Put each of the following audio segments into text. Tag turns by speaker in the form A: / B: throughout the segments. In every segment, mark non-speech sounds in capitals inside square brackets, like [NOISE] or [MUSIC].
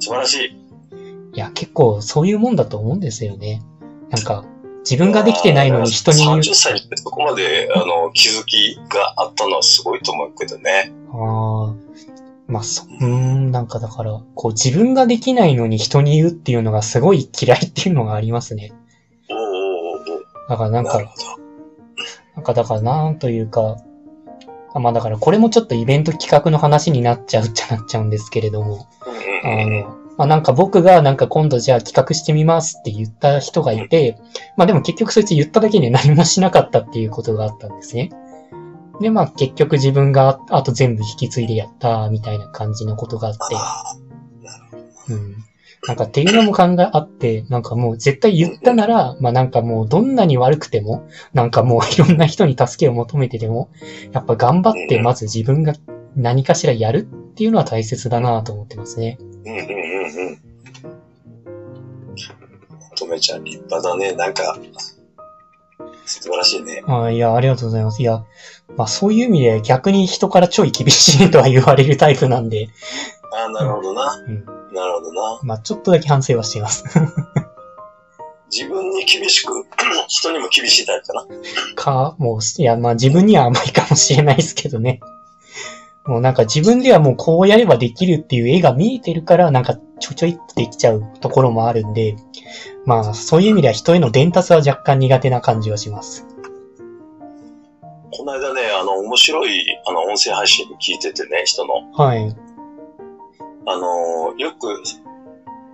A: 素晴らしい。
B: いや、結構そういうもんだと思うんですよね。なんか、自分ができてないのに人に
A: あー
B: 言う
A: 30。歳になってそこまで、あの、気づきがあったのはすごいと思うけどね。
B: ああ、まあ、そ、うーん、なんかだから、こう自分ができないのに人に言うっていうのがすごい嫌いっていうのがありますね。
A: おーおーおー
B: だからなん
A: なる
B: か、
A: ほど。
B: なんかだからなんというか、あまあだからこれもちょっとイベント企画の話になっちゃうっちゃなっちゃうんですけれども、
A: うんう
B: あ
A: んうん
B: の、まあなんか僕がなんか今度じゃあ企画してみますって言った人がいて、まあでも結局そいつ言っただけで何もしなかったっていうことがあったんですね。でまあ結局自分があと全部引き継いでやったみたいな感じのことがあって、
A: あ
B: うんなんかっていうのも考えあって、なんかもう絶対言ったなら、まあなんかもうどんなに悪くても、なんかもういろんな人に助けを求めてでも、やっぱ頑張ってまず自分が何かしらやるっていうのは大切だなと思ってますね。
A: ーうんうんうんうん。とめちゃん立派だね。なんか、素晴らしいね。
B: あーいや、ありがとうございます。いや、まあそういう意味で逆に人からちょい厳しいとは言われるタイプなんで、
A: ああ、なるほどな。
B: うん
A: なるほどな。
B: まあちょっとだけ反省はしています。 [LAUGHS]
A: 自分に厳しく、 [CLEARS THROAT] 人にも厳しいタイプかな。
B: か、もう、いや、まあ自分には甘いかもしれないですけどね。もうなんか自分ではもうこうやればできるっていう絵が見えてるから、なんかちょちょいっとできちゃうところもあるんで、まあそういう意味では人への伝達は若干苦手な感じはします。
A: この間ね、あの、面白い、あの、音声配信聞いててね、人の。
B: はい。
A: あの、よく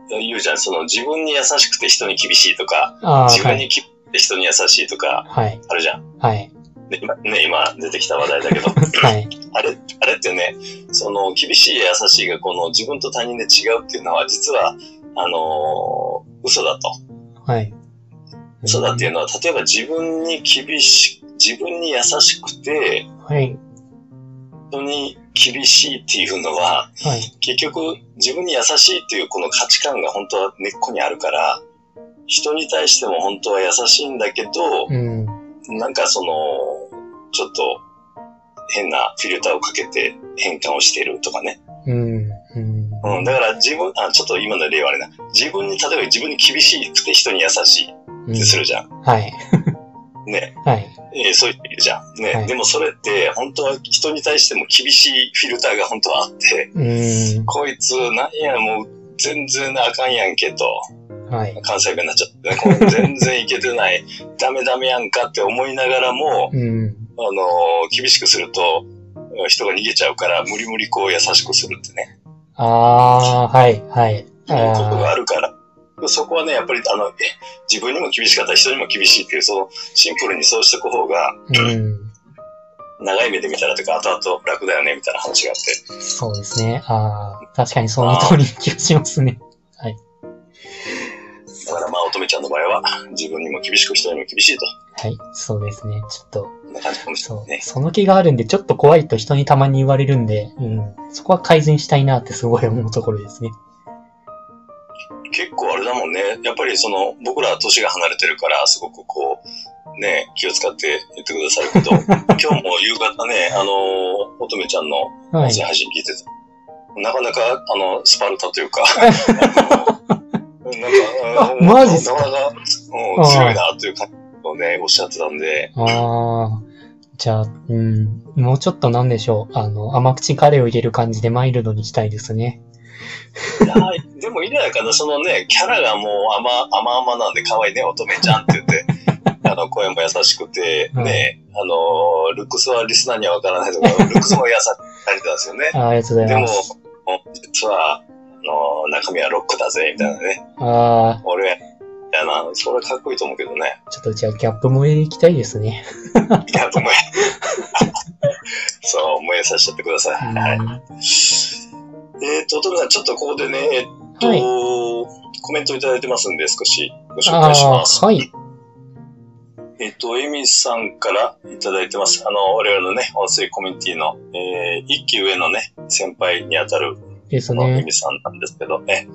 A: 言うじゃん。その、自分に優しくて人に厳しいとか、
B: ああ、
A: 自
B: は
A: 分に
B: い。
A: 厳しくて人に優しいとか、
B: はい。
A: あるじゃん。
B: はい。
A: ね、今、ね、今出てきた話題だけど。
B: はい。
A: [LAUGHS] あれ、あれってね、その、厳しいや優しいが、この、自分と他人で違うっていうのは、実は、あのー嘘だと。
B: はい。
A: 嘘だっていうのは、例えば自分に厳しく、自分に優しくて、
B: はい。
A: 人に厳しいっていうのは、
B: はい。
A: 結局、自分に優しいっていうこの価値観が本当は根っこにあるから、人に対しても本当は優しいんだけど、
B: うん。
A: なんかその、ちょっと、変なフィルターをかけて変換をしているとかね。
B: うん。うん。
A: うん、だから自分、あ、ちょっと今の例はあれな。自分に、例えば自分に厳しくて人に優しいっ
B: うん
A: てするじゃん。
B: はい。
A: ね。
B: はい。
A: えーそういう人いるじゃん。ね。
B: はい
A: でもそれって、本当は人に対しても厳しいフィルターが本当はあって、
B: う
A: こいつ、なんや、もう、全然あかんやんけと、
B: ん。はい。
A: 関西弁になっちゃってね、これ全然いけてない、 [LAUGHS] ダメダメやんかって思いながらも、
B: うん。
A: あのー厳しくすると、人が逃げちゃうから、無理無理こう優しくするってね。
B: ああー、はい。はい。
A: いうことが
B: あ
A: あるから。そこはね、やっぱり、あの、え自分にも厳しかったら人にも厳しいっていう、その、シンプルにそうしていく方が、
B: ーうん。
A: 長い目で見たらとか、後々楽だよね、みたいな話があって。
B: そうですね。ああ、確かにその通りな気がしますね。
A: だから、まあ、乙女ちゃんの場合は、自分にも厳しく、人にも厳しいと。
B: はい、そうですね。ちょっと、
A: こんな感じかもしれ
B: そ、
A: ないうね。
B: その気があるんで、ちょっと怖いと人にたまに言われるんで、うん、そこは改善したいなってすごい思うところですね。
A: 結構あれだもんね。やっぱり、その、僕らは年が離れてるから、すごくこう、ね、気を使って言ってくださるけ
B: [LAUGHS]
A: ど、今日も夕方ね、あのー、乙女ちゃんの
B: は
A: 音
B: い
A: 声。配信聞いてた。なかなか、あの、スパルタと
B: [LAUGHS]
A: いうか、あのなんか、
B: あマジっすか
A: なかなか、うん強いなという感じをね、おっしゃってたんで、
B: ああ、じゃあ、うん、もうちょっとなんでしょう。あの、甘口カレーを入れる感じでマイルドにしたいですね。
A: いやーでもいいんじゃないかな、そのね、キャラがもう甘、甘々なんで可愛いね、乙女ちゃんって言
B: [LAUGHS]
A: って、あの、声も優しくて、ね、あの、ルックスはリスナーにはわからない
B: [LAUGHS]
A: とか、ルックスも優しい感じなんですよね。
B: あーありがとうご
A: で
B: ざい
A: も
B: ます。、
A: 実は、あの、中身はロックだぜ、みたいなね。
B: あ
A: 俺は、みたいな、それかっこいいと思うけどね。
B: [LAUGHS] あ、ちょっとじゃあギャップ萌えでいきたいですね。
A: いや、もうそう、燃えさせちゃってくださ
B: う
A: い。
B: ん
A: はい。
B: は
A: えっ、と、トムさん、ちょっとここでね、えっと、
B: い。
A: コメントいただいてますんで、少しご紹介し
B: あ
A: ま
B: あ
A: す
B: ー、。はい。
A: えっ、と、エミさんからいただいてます。あの、我々のね、音声コミュニティの、えー一期上のね、先輩にあたる、
B: です
A: このエ
B: ね。
A: ミさんなんですけどね、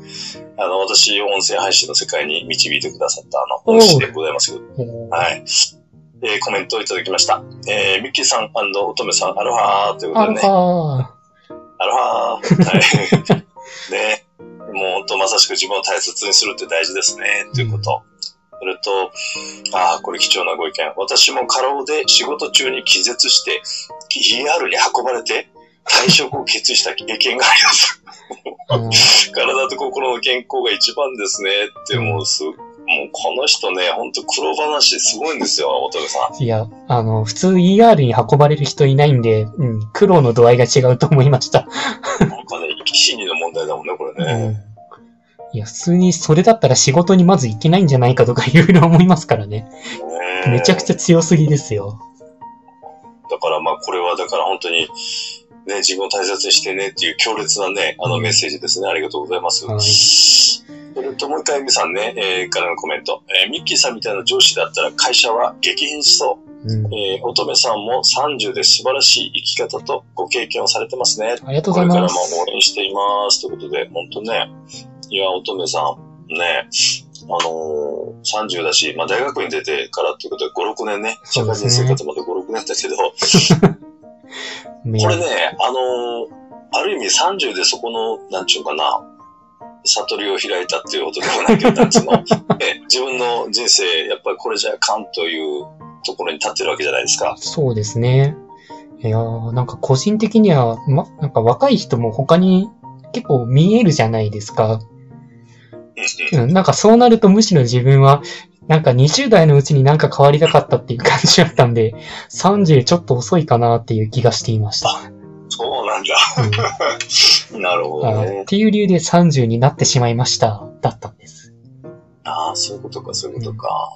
A: あの、私を音声配信の世界に導いてくださった、あの、
B: おう
A: 恩師でございますけど、
B: おー
A: はい。えーコメントをいただきました。えーミッキーさん乙女さん、アロハーというこ
B: あ
A: とでね。
B: るか
A: アロハー。はい。ね。もう本当まさしく自分を大切にするって大事ですね、ということ。それと、ああ、これ貴重なご意見。私も過労で仕事中に気絶して、ER に運ばれて、退職を決意した経験があります。
B: うん
A: 体と心の健康が一番ですね。って、もうす、もうこの人ね、ほんと苦労話すごいんですよ、乙女さん。
B: いや、あの、普通 ER に運ばれる人いないんで、うん、苦労の度合いが違うと思いました。
A: なんかね、生き死にの問題だもんね、これ
B: う
A: ね。
B: んいや、普通にそれだったら仕事にまず行けないんじゃないかとかいろいろ思いますからね。
A: ねえ
B: めちゃくちゃ強すぎですよ。
A: だからまあこれはだから本当に、ね、自分を大切にしてねっていう強烈なね、あのメッセージですね。ありがとうございます。
B: はい
A: それともう一回、みさんね、えーからのコメント、えーミッキーさんみたいな上司だったら会社は激変しそう
B: うん。あ。
A: えー乙女さんも30で素晴らしい生き方とご経験をされてますね。
B: りがとうご
A: こ
B: ざい
A: れから
B: ま
A: も
B: す。
A: 応援しています。ということで、本当ね、いや、乙女さん、ね、あのー30だし、まあ、大学に出てからということで、5、6年ね、社会人生活まで5、6年だけど、
B: ね
A: これね、あのーある意味30でそこの、なんちゅうかな、悟りを開いたっていうことでもないけど、 [LAUGHS] なんつうの、ね自分の人生、やっぱりこれじゃあかんというところに立ってるわけじゃないですか。
B: そうですね。いやーなんか個人的には、ま、なんか若い人も他に結構見えるじゃないですか。うん、なんかそうなるとむしろ自分は、なんか20代のうちになんか変わりたかったっていう感じだったんで、30ちょっと遅いかなっていう気がしていました。
A: そうなんだ。
B: うん
A: [LAUGHS] なるほ
B: あ
A: ど
B: の
A: ね
B: っ。ていう理由で30になってしまいました、だったんです。
A: ああ、そういうことか、そういうことか。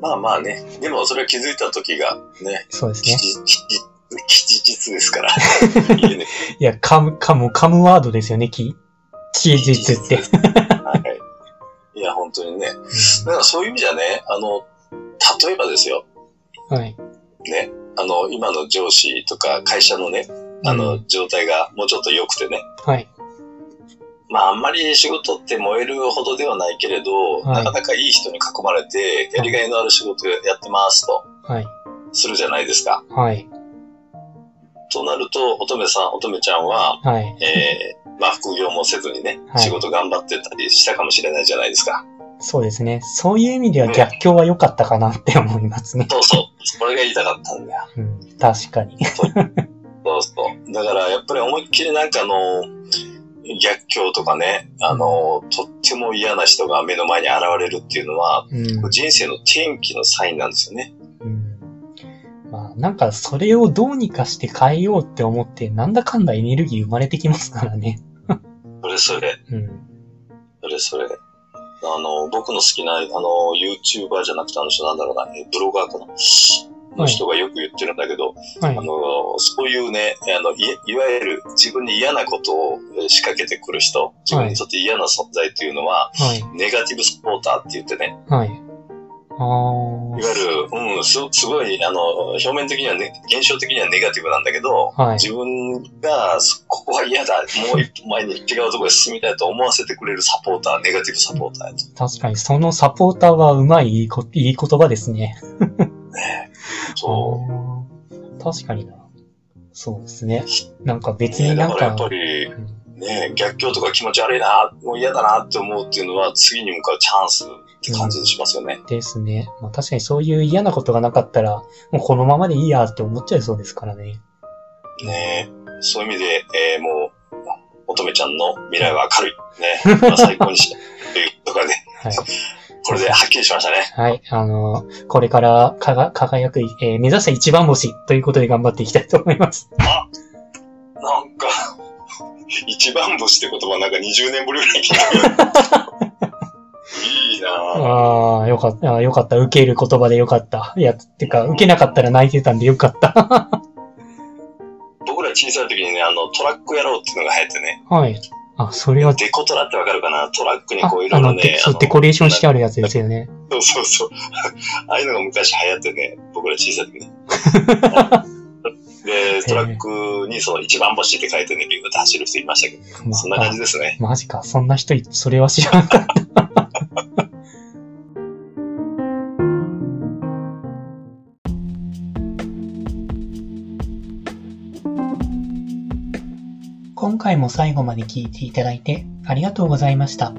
A: まあまあね、でもそれは気づいた時がね、
B: そうです
A: 吉
B: ね。
A: 吉吉日です [LAUGHS] から。いいね
B: いや、カム、カム、カムワードですよね、き、チーズイツって。
A: はい。いや、本当にね。だからそういう意味じゃね、あの、例えばですよ、
B: うんはい。
A: ね、あの、今の上司とか会社のね、あ
B: う
A: の
B: ん、
A: 状態がもうちょっと良くてね、
B: はい。
A: まああんまり仕事って燃えるほどではないけれど、
B: はい
A: なかなかいい人に囲まれて、やりがいのある仕事やってますと、
B: はい。
A: するじゃないですか。
B: はい。
A: となると、乙女さん、乙女ちゃんは、
B: はい。
A: え
B: [LAUGHS]
A: ー、まあ副業もせずにね、
B: はい
A: 仕事頑張ってたりしたかもしれないじゃないですか。
B: そうですね。そういう意味では逆境は良かったかなって思います
A: [LAUGHS]
B: ね。
A: そうそう、それが言いたかったんだよ。
B: うん、確かに。
A: そうそう。だからやっぱり思いっきりなんかあの、逆境とかね、あの、とっても嫌な人が目の前に現れるっていうのは、
B: うん。
A: 人生の転機のサインなんですよね。
B: うんまあ、なんか、それをどうにかして変えようって思って、なんだかんだエネルギー生まれてきますからね。
A: それそれ、
B: うん。
A: それそれ。あの、僕の好きな、あの、YouTuber じゃなくてあの人なんだろうな、えブロガーかな。の人がよく言ってるんだけど、
B: はい
A: あ。の、そういうね、あの、いいわゆる自分に嫌なことをえー仕掛けてくる人、自分にとって嫌な存在っていうのは、
B: はい。
A: ネガティブサポーターって言ってね、
B: はい。
A: い
B: あ
A: わゆる、うん、すすごい、あの、表面的にはね、現象的にはネガティブなんだけど、
B: あ。はい。
A: 自分が、そここは嫌だ、もう一歩前に違うところへ進みたいと思わせてくれるサポーター、ネガティブサポーターやと。
B: 確かに、そのサポーターはうまい、いいこいい言葉ですね。
A: そう。
B: あー確かにな。そうですね。なんか別に
A: ね
B: な
A: だ
B: ん
A: からや
B: か
A: っ、ぱり、
B: うん
A: ね、逆境とか気持ち悪いな、もう嫌だなって思うっていうのは、次に向かうチャンスって感じしますよね。
B: ですね。まあ確かにそういう嫌なことがなかったら、もうこのままでいいやって思っちゃいそうですからね。
A: ねそういう意味で、えーもう、乙女ちゃんの未来は明るい。
B: [LAUGHS]
A: ね、まあ最高にしたい。ということがね、
B: はい。
A: これではっきりしましたね。
B: はい。あのーこれからかが輝く、えー目指せ一番星ということで頑張っていきたいと思います。
A: なんか、一番星って言葉なんか20年ぶりぐら
B: [LAUGHS]
A: い聞いた。いいなぁ。
B: ああ、よかった、あーよかった。受ける言葉でよかった。いや、てか、受けなかったら泣いてたんでよかった。 [LAUGHS]
A: 僕ら小さい時にね、あの、トラック野郎っていうのが流行ってね、
B: はい。あ、それは
A: デコトラってわかるかなトラックに
B: あ
A: こういろ
B: あ
A: いろ
B: の、デ
A: ね、あ
B: そう
A: の
B: デコレーションしてあるやつですよね。
A: そうそうそう。 [LAUGHS] ああいうのが昔流行ってね、僕ら小さい時
B: [LAUGHS]
A: ね。で、トラックにその一番星って書いてね、ビューって走る人いましたけど、
B: ま
A: そんな感
B: あ
A: じですね。
B: マジか、そんな人い、それは知らん。今回も最後まで聞いていただいてありがとうございました。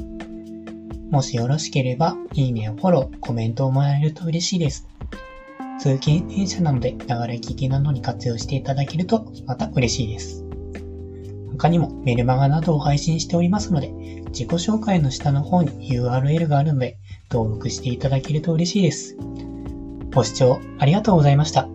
B: もしよろしければ、いいねやフォロー、コメントをもらえると嬉しいです。通勤電車なので、流れ聞きなどに活用していただけると、また嬉しいです。他にもメルマガなどを配信しておりますので、自己紹介の下の方に URL があるので、登録していただけると嬉しいです。ご視聴ありがとうございました。